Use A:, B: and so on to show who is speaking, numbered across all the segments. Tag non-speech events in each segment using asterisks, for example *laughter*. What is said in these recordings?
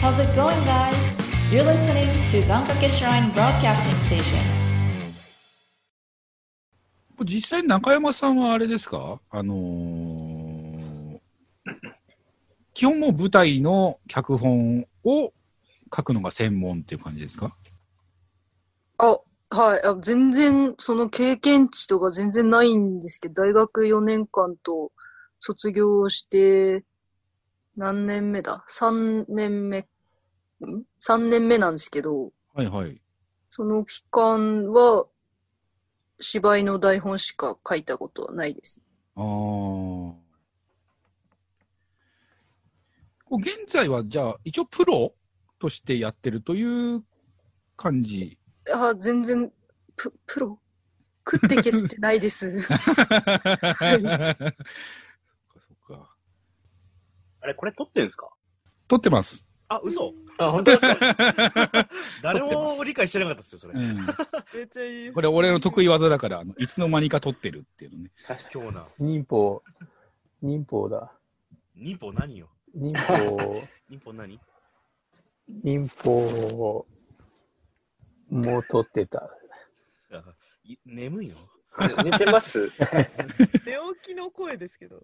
A: How's it going, guys? You're listening to Gankake Shrine Broadcasting Station.
B: 実際中山さんはあれですかあのー基本もう舞台の脚本を書くのが専門っていう感じですか
C: あ、はい。あ全然、その経験値とか全然ないんですけど、大学4年間と卒業して、何年目だ ?3 年目、ん ?3 年目なんですけど、
B: はいはい。
C: その期間は、芝居の台本しか書いたことはないです。
B: ああ。こう現在はじゃあ一応プロとしてやってるという感じ。
C: あ、全然、プ、プロ食っていけてないです。
B: *laughs*
C: *laughs*
B: そっかそっか。
D: あれ、これ撮ってんすか
B: 撮ってます。
D: あ、嘘。
E: あ、本当ですか
D: *laughs* 誰も理解してなかったですよ、それ。
E: めっちゃいい。
B: これ俺の得意技だから、あのいつの間にか撮ってるっていうのね。
D: 今日な。
F: 忍法、忍法だ。
D: 忍法何よ
F: 忍法、
D: 忍法何
F: 忍法も取ってた。
D: あい眠いの
E: 寝て
D: *laughs*
E: ます
G: 寝起きの声ですけど。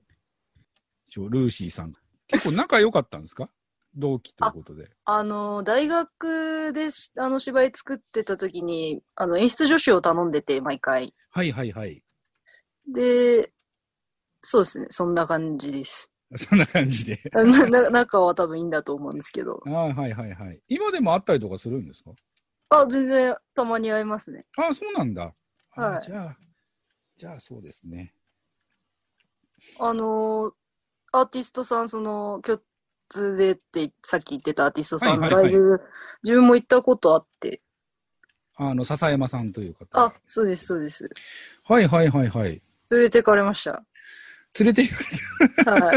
B: 一応ルーシーさん。結構仲良かったんですか *laughs* 同期ということで。
C: あの、大学でしあの芝居作ってた時に、あの、演出助手を頼んでて、毎回。
B: はいはいはい。 *laughs*
C: で、そうですね、そんな感じです。
B: そんな感じで。 *laughs*
C: なな仲は多分いいんだと思うんですけど。
B: ああ、はいはいはい。今でも会ったりとかするんですか
C: あ、全然たまに会いますね。
B: ああ、そうなんだ。ああ
C: はい
B: じゃあ、じゃあそうですね。
C: あの、アーティストさん、その、キョッツでってさっき言ってたアーティストさんの
B: はいはいは
C: ライ
B: い
C: ブ、自分も行ったことあって。
B: あの、笹山さんという方。
C: あ、そうです、そうです。
B: はいはいはいはい。
C: 連れてかれました。
B: 連れて行 *laughs* かれ *laughs*
C: はい。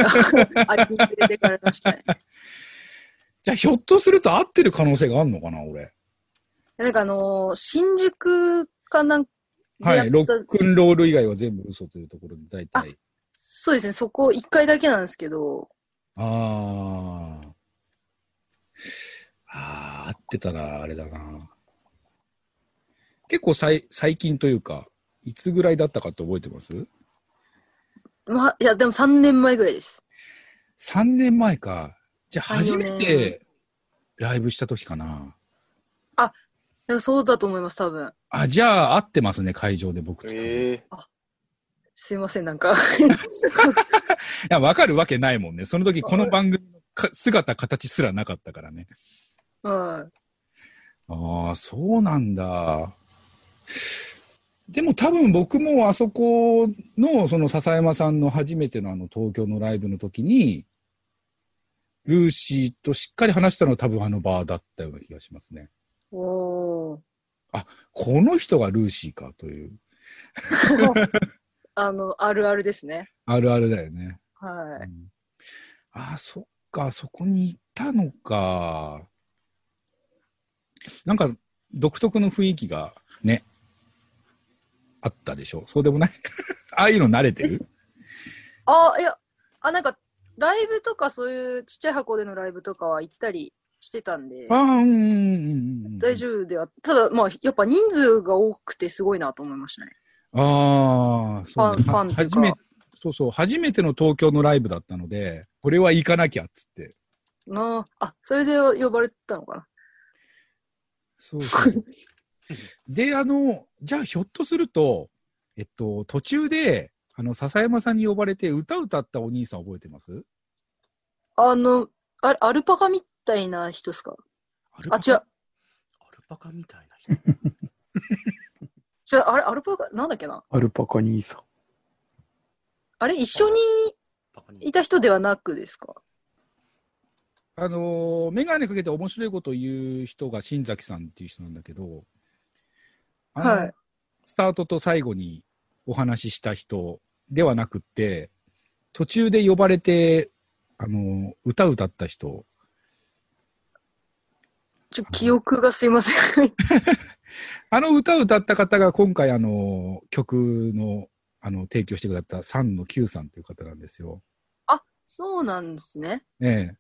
C: あっちに連れてかれましたね。
B: じゃあひょっとすると会ってる可能性があるのかな、俺。
C: なんかあのー新宿かなんか
B: は
C: やっ
B: い。
C: た
B: ロックンロール以外は全部嘘というところで大体。
C: そうですね、そこ一回だけなんですけど、
B: ああ。ああ、合ってたらあれだな。結構さい最近というか、いつぐらいだったかって覚えてます
C: まあ、いや、でも3年前ぐらいです。
B: ?3 年前か。じゃあ
C: だ
B: 初
C: よね
B: めてライブした時かな。
C: なんかそうだと思います、多分。
B: あ、じゃあ合ってますね、会場で僕と多分。い
E: え
C: すいません、なんか。 *laughs*
B: や、わかるわけないもんね。その時この番組のか姿、形すらなかったからね。
C: うん。
B: ああ、そうなんだ。でも多分僕もあそこのその笹山さんの初めてのあの東京のライブの時に、ルーシーとしっかり話したのは多分あのバーだったような気がしますね。
C: おー。
B: この人がルーシーかという、
C: あの、あるあるですね。
B: あるあるだよね。
C: は
B: う
C: い。
B: んああ、そっか、そこにいたのか。なんか独特の雰囲気がね、あったでしょ。そうでもない *laughs* ああいうの慣れてる
C: あ、いや、あ、なんか、ライブとかそういうちっちゃい箱でのライブとかは行ったりしてたんで
B: *laughs* あ、あ、うんうんうんうん。
C: 大丈夫では、ただ、まあ、やっぱ人数が多くてすごいなと思いましたね。
B: 夫。ああ、そう、ね。
C: ファンファンってい
B: 初
C: うか
B: め、そうそう、初めての東京のライブだったので、これは行かなきゃっつって。
C: なあ、あ、それで呼ばれてたのかな。
B: そうそう。 *laughs* で、あの、じゃあひょっとすると、えっと、途中で、あの、笹山さんに呼ばれて歌歌ったお兄さん覚えてます
C: あの、あアルパカみたいな人ですか
B: あれ
C: あ、違う。
D: アルパカみたいな人。
C: 違う、あれ、アルパカ、なんだっけな
F: アルパカ兄さん。
C: あれ、一緒に
D: バカに
C: いた人ではなくですか
B: あのー、メガネかけて面白いこと言う人が新崎さんっていう人なんだけど、あの
C: はい
B: スタートと最後にお話しした人ではなくって、途中で呼ばれて、あのー歌歌った人、
C: ちょっと記憶がすいませ
B: *laughs*
C: ん。
B: あの歌歌った方が今回あのー曲の、あの、提供してくださった3の Q さんという方なんですよ。 *laughs*
C: そうなんですね。
B: ええ。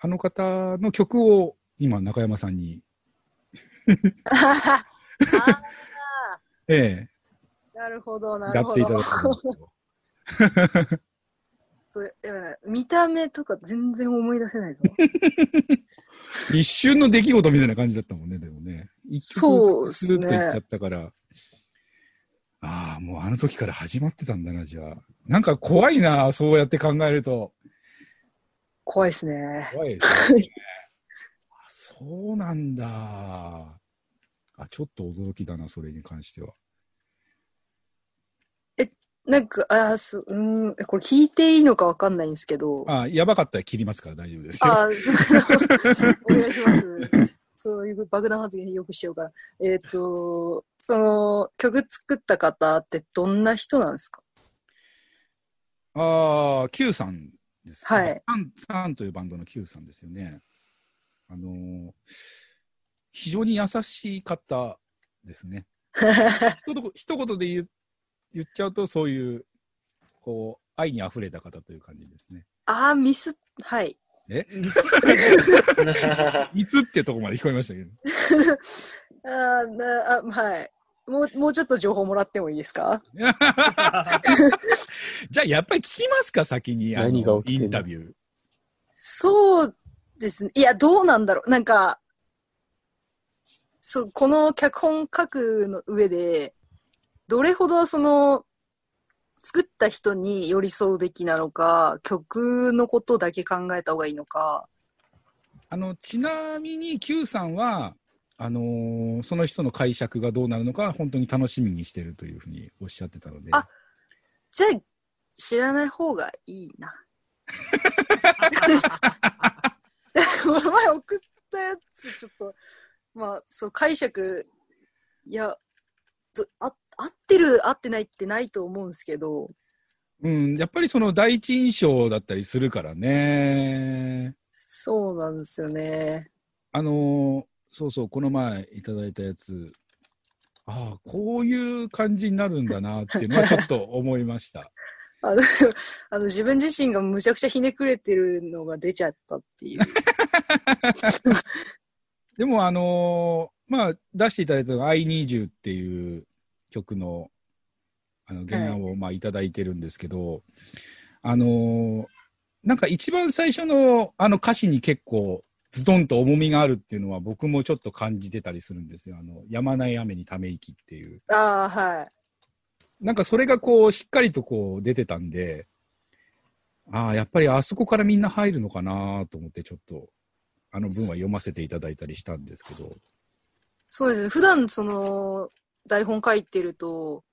B: あの方の曲を今、中山さんに。
C: あ
B: え
C: ーなるほど、
B: え
C: な
B: や
C: る
B: っ
C: ほ
B: ていた
C: ど
B: だ。くんですけど。
C: そうだから見た目とか全然思い出せないぞ。
B: 一瞬の出来事みたいな感じだったもんね、でもね。一
C: そう
B: 曲
C: っ
B: ス
C: す
B: ル
C: ね
B: ッといっちゃったから。ああ、もうあの時から始まってたんだな、じゃあ。なんか怖いな、そうやって考えると。
C: 怖いですね。
B: 怖いですね。 *laughs* あそうなんだ。あ、ちょっと驚きだな、それに関しては。
C: なんか、あーそう、うーん、これ聞いていいのかわかんないんですけど。
B: あやばかったら切りますから大丈夫ですよ。
C: ああ、そう *laughs* お願いします。そういう爆弾発言よくしようから。えっ、と、その、曲作った方ってどんな人なんですか
B: ああ、Q さんです、ね。
C: はい
B: サン。サンというバンドの Q さんですよね。あのー非常に優しい方です
C: *laughs*
B: ね。一言一言で言う言っちゃうと、そういう、こう、愛に溢れた方という感じですね。
C: ああ、ミス、はい。
B: いつってとこまで聞こえましたけど。
C: あーなあ、はい。もう、もうちょっと情報もらってもいいですか
B: じゃあ、やっぱり聞きますか、先に。あの
F: 何が起き
B: イ
F: てんの
B: ンタビュー。
C: そうですね。いや、どうなんだろう。なんか、そう、この脚本書くの上で、どれほどその、作った人に寄り添うべきなのか、曲のことだけ考えた方がいいのか。
B: あの、ちなみに Q さんは、あのーその人の解釈がどうなるのか、本当に楽しみにしてるというふうにおっしゃってたので。
C: あじゃあ、知らない方がいいな。この前送ったやつ、ちょっと、まあ、そう、解釈、いや、どあ合ってる、合ってないってないと思うんですけど、
B: うん、やっぱりその第一印象だったりするからね。
C: そうなんですよね。
B: あのーそうそう、この前いただいたやつ、ああ、こういう感じになるんだなっていうのはちょっと思いました。
C: あの、あの自分自身がむちゃくちゃひねくれてるのが出ちゃったっていう。
B: でも、あのーまあ、出していただいたのが I Need You っていう曲の、あの、原案を、まあ、いただいてるんですけど、あのーなんか一番最初の、あの歌詞に結構、ズドンと重みがあるっていうのは僕もちょっと感じてたりするんですよ。あの、止まない雨にため息っていう。
C: ああ、はい。
B: なんかそれがこう、しっかりとこう出てたんで、ああ、やっぱりあそこからみんな入るのかなと思って、ちょっと、あの文は読ませていただいたりしたんですけど。
C: そうですね。普段、その、台本書いてると、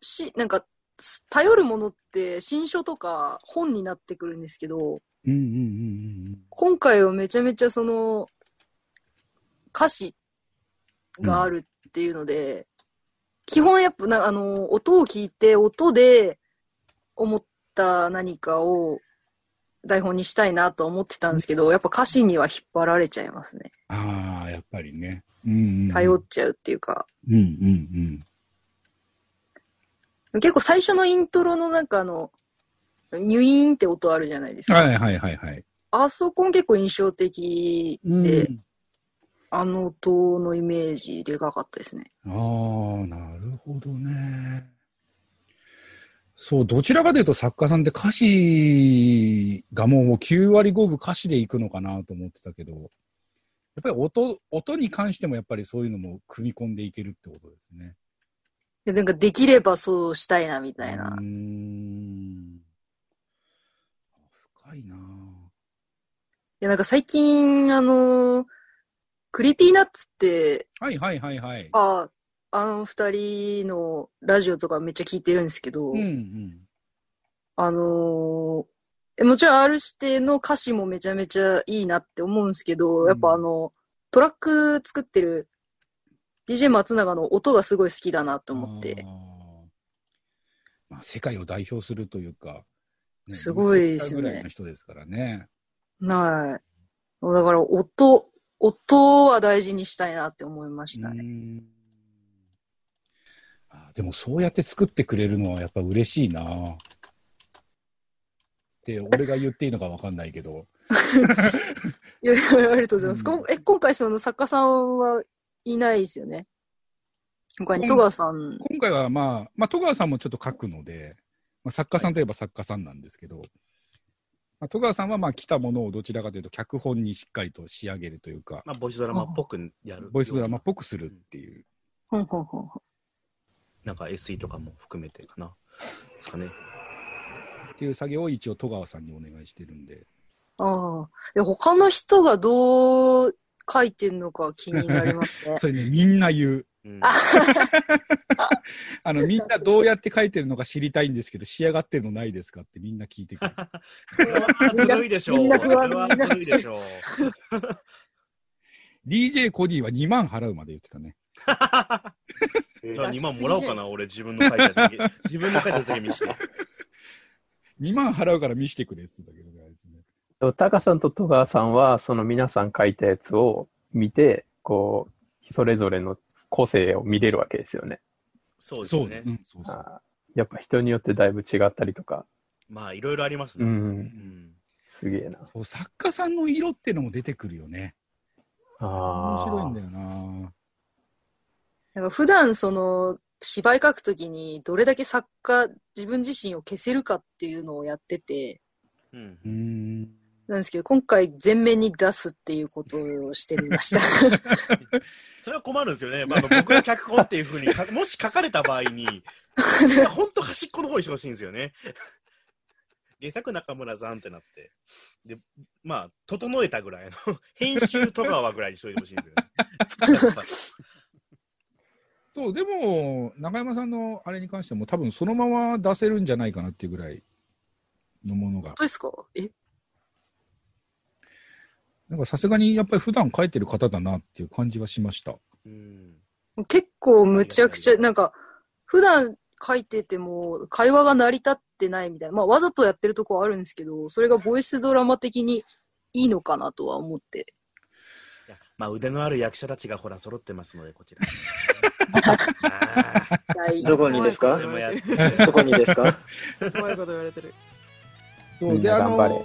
C: し、なんか、す頼るものって新書とか本になってくるんですけど、
B: うんうんうんうんうん。
C: 今回はめちゃめちゃその、歌詞があるっていうので、基本やっぱなあの音を聞いて音で思った何かを台本にしたいなと思ってたんですけどやっぱ歌詞には引っ張られちゃいますね
B: ああ、やっぱりね。うん、うん。
C: 頼っちゃうっていうか、
B: うんうんうん。
C: 結構最初のイントロのなんかあのニュイーンって音あるじゃないですか、
B: はいはいはいはい。
C: あそこも結構印象的で、
B: うん、
C: あの音のイメージでかかったですね
B: ああ、なるほどね。そう、どちらかというと作家さんって歌詞がもう9割5分歌詞でいくのかなと思ってたけど、やっぱり音、音に関してもやっぱりそういうのも組み込んでいけるってことですね。
C: でなんかできればそうしたいなみ
B: う
C: たいな
B: ー。ん。深いなぁ
C: いや、なんか最近、あのークリピーナッツって、
B: はいはいはいはい。
C: ああの二人のラジオとかめっちゃ聞いてるんですけど、
B: うんうん。
C: あのーえもちろん R 指定の歌詞もめちゃめちゃいいなって思うんですけど、やっ
B: うん
C: ぱあの、トラック作ってる DJ 松永の音がすごい好きだなと思って、
B: あー。まあ、世界を代表するというか、ね
C: すごいですよね
B: ぐらいの人ですからね。
C: ない。だから音、音は大事にしたいなって思いましたね。
B: うんあーでもそうやって作ってくれるのはやっぱ嬉しいな。って、俺が言っていいのかわかんないけど、
C: いやいやありがとうございます。こん
B: うん
C: え今回その作家さんはいないですよね。今回戸川さん。
B: 今回はまあ、まあ、戸川さんもちょっと書くので、まあ、作家さんといえば作家さんなんですけど、まあ、戸川さんはまあ来たものをどちらかというと、脚本にしっかりと仕上げるというか、
D: *laughs* まあ、ボイスドラマっぽくやる。
B: ボイスドラマっぽくするっていう。
C: ほんほんほんほん
D: なんか SE とかも含めてかな。ですかね。
B: っていう作業を一応戸川さんにお願いしてるんで。。
C: ああ。いや他の人がどう書いてんのか気になりますね
B: それね、みんな言う。
D: うん、
B: あの、みんなどうやって書いてるのか知りたいんですけど、仕上がってるのないですかってみんな聞いてくる。
D: それはずるいでしょう。
C: みんな不安
D: それはずるいでしょう。
B: DJ コディは2万払うまで言ってたね。
D: じゃあ2万もらおうかな、俺、自分の書いたやつだけ。自分の書いたやつだけ見して。
B: 2万払うから見してくれっつうんだけどね、あいつね。
F: でもタカさんと戸川さんは、その皆さん書いたやつを見て、こう、それぞれの個性を見れるわけですよね。
D: そうです
B: そう
D: ね。
B: うんそうそう。
F: あーやっぱ人によってだいぶ違ったりとか。
D: まあ、いろいろあります
F: う
D: ね。
F: ん、
D: ん
F: すげえな。
B: そう、作家さんの色ってのも出てくるよね。面
F: あ
B: 白いん
F: あ
B: だ、よな。
C: なんか普段その芝居書くときにどれだけ作家自分自身を消せるかっていうのをやってて
D: うん
B: うーん。
C: なんですけど今回全面に出すっていうことをしてみました
D: それは困るんですよね。まあ、あの僕が脚本っていうふうに *laughs* か、もし書かれた場合に、みんなほんと端っこの方にしてほしいんですよね。原作中村さんってなって。で、まあ、整えたぐらいの、編集戸川ぐらいにしておいてほしいんですよね。やっぱ
B: そう、でも、中山さんのあれに関しても多分そのまま出せるんじゃないかなっていうぐらいのものが
C: 本。当ですかえ
B: なんかさすがにやっぱり普段書いてる方だなっていう感じはしました。
D: うん。
C: 結構むちゃくちゃなんか普段書いてても会話が成り立ってないみたいなまあわざとやってるとこはあるんですけどそれがボイスドラマ的にいいのかなとは思って
D: いやまあ、腕のある役者たちがほら、揃ってますので、こちら。あ
C: 大
E: どこにです
D: ー
E: か *laughs*
D: でもや
E: どこにですか
G: 怖いこと言われてる。
B: そ
F: み
B: うんで
F: な
B: あ
F: 頑張れ
B: の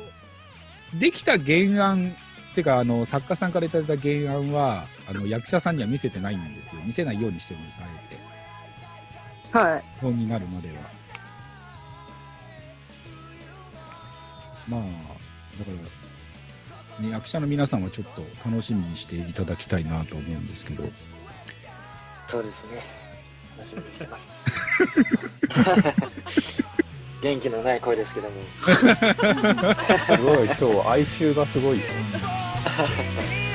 B: できた原案っていうかあの作家さんからいただいた原案はあの役者さんには見せてないんですよ見せないようにしてるんですあえて
C: はい
B: 本になるまではまあだから、ね、役者の皆さんはちょっと楽しみにしていただきたいなと思うんですけど
E: そうですね。楽しみにしてます。 *laughs* 元気のない声ですけども。
F: すごい、今日哀愁がすごい。
H: 「君の声が聞こえてる」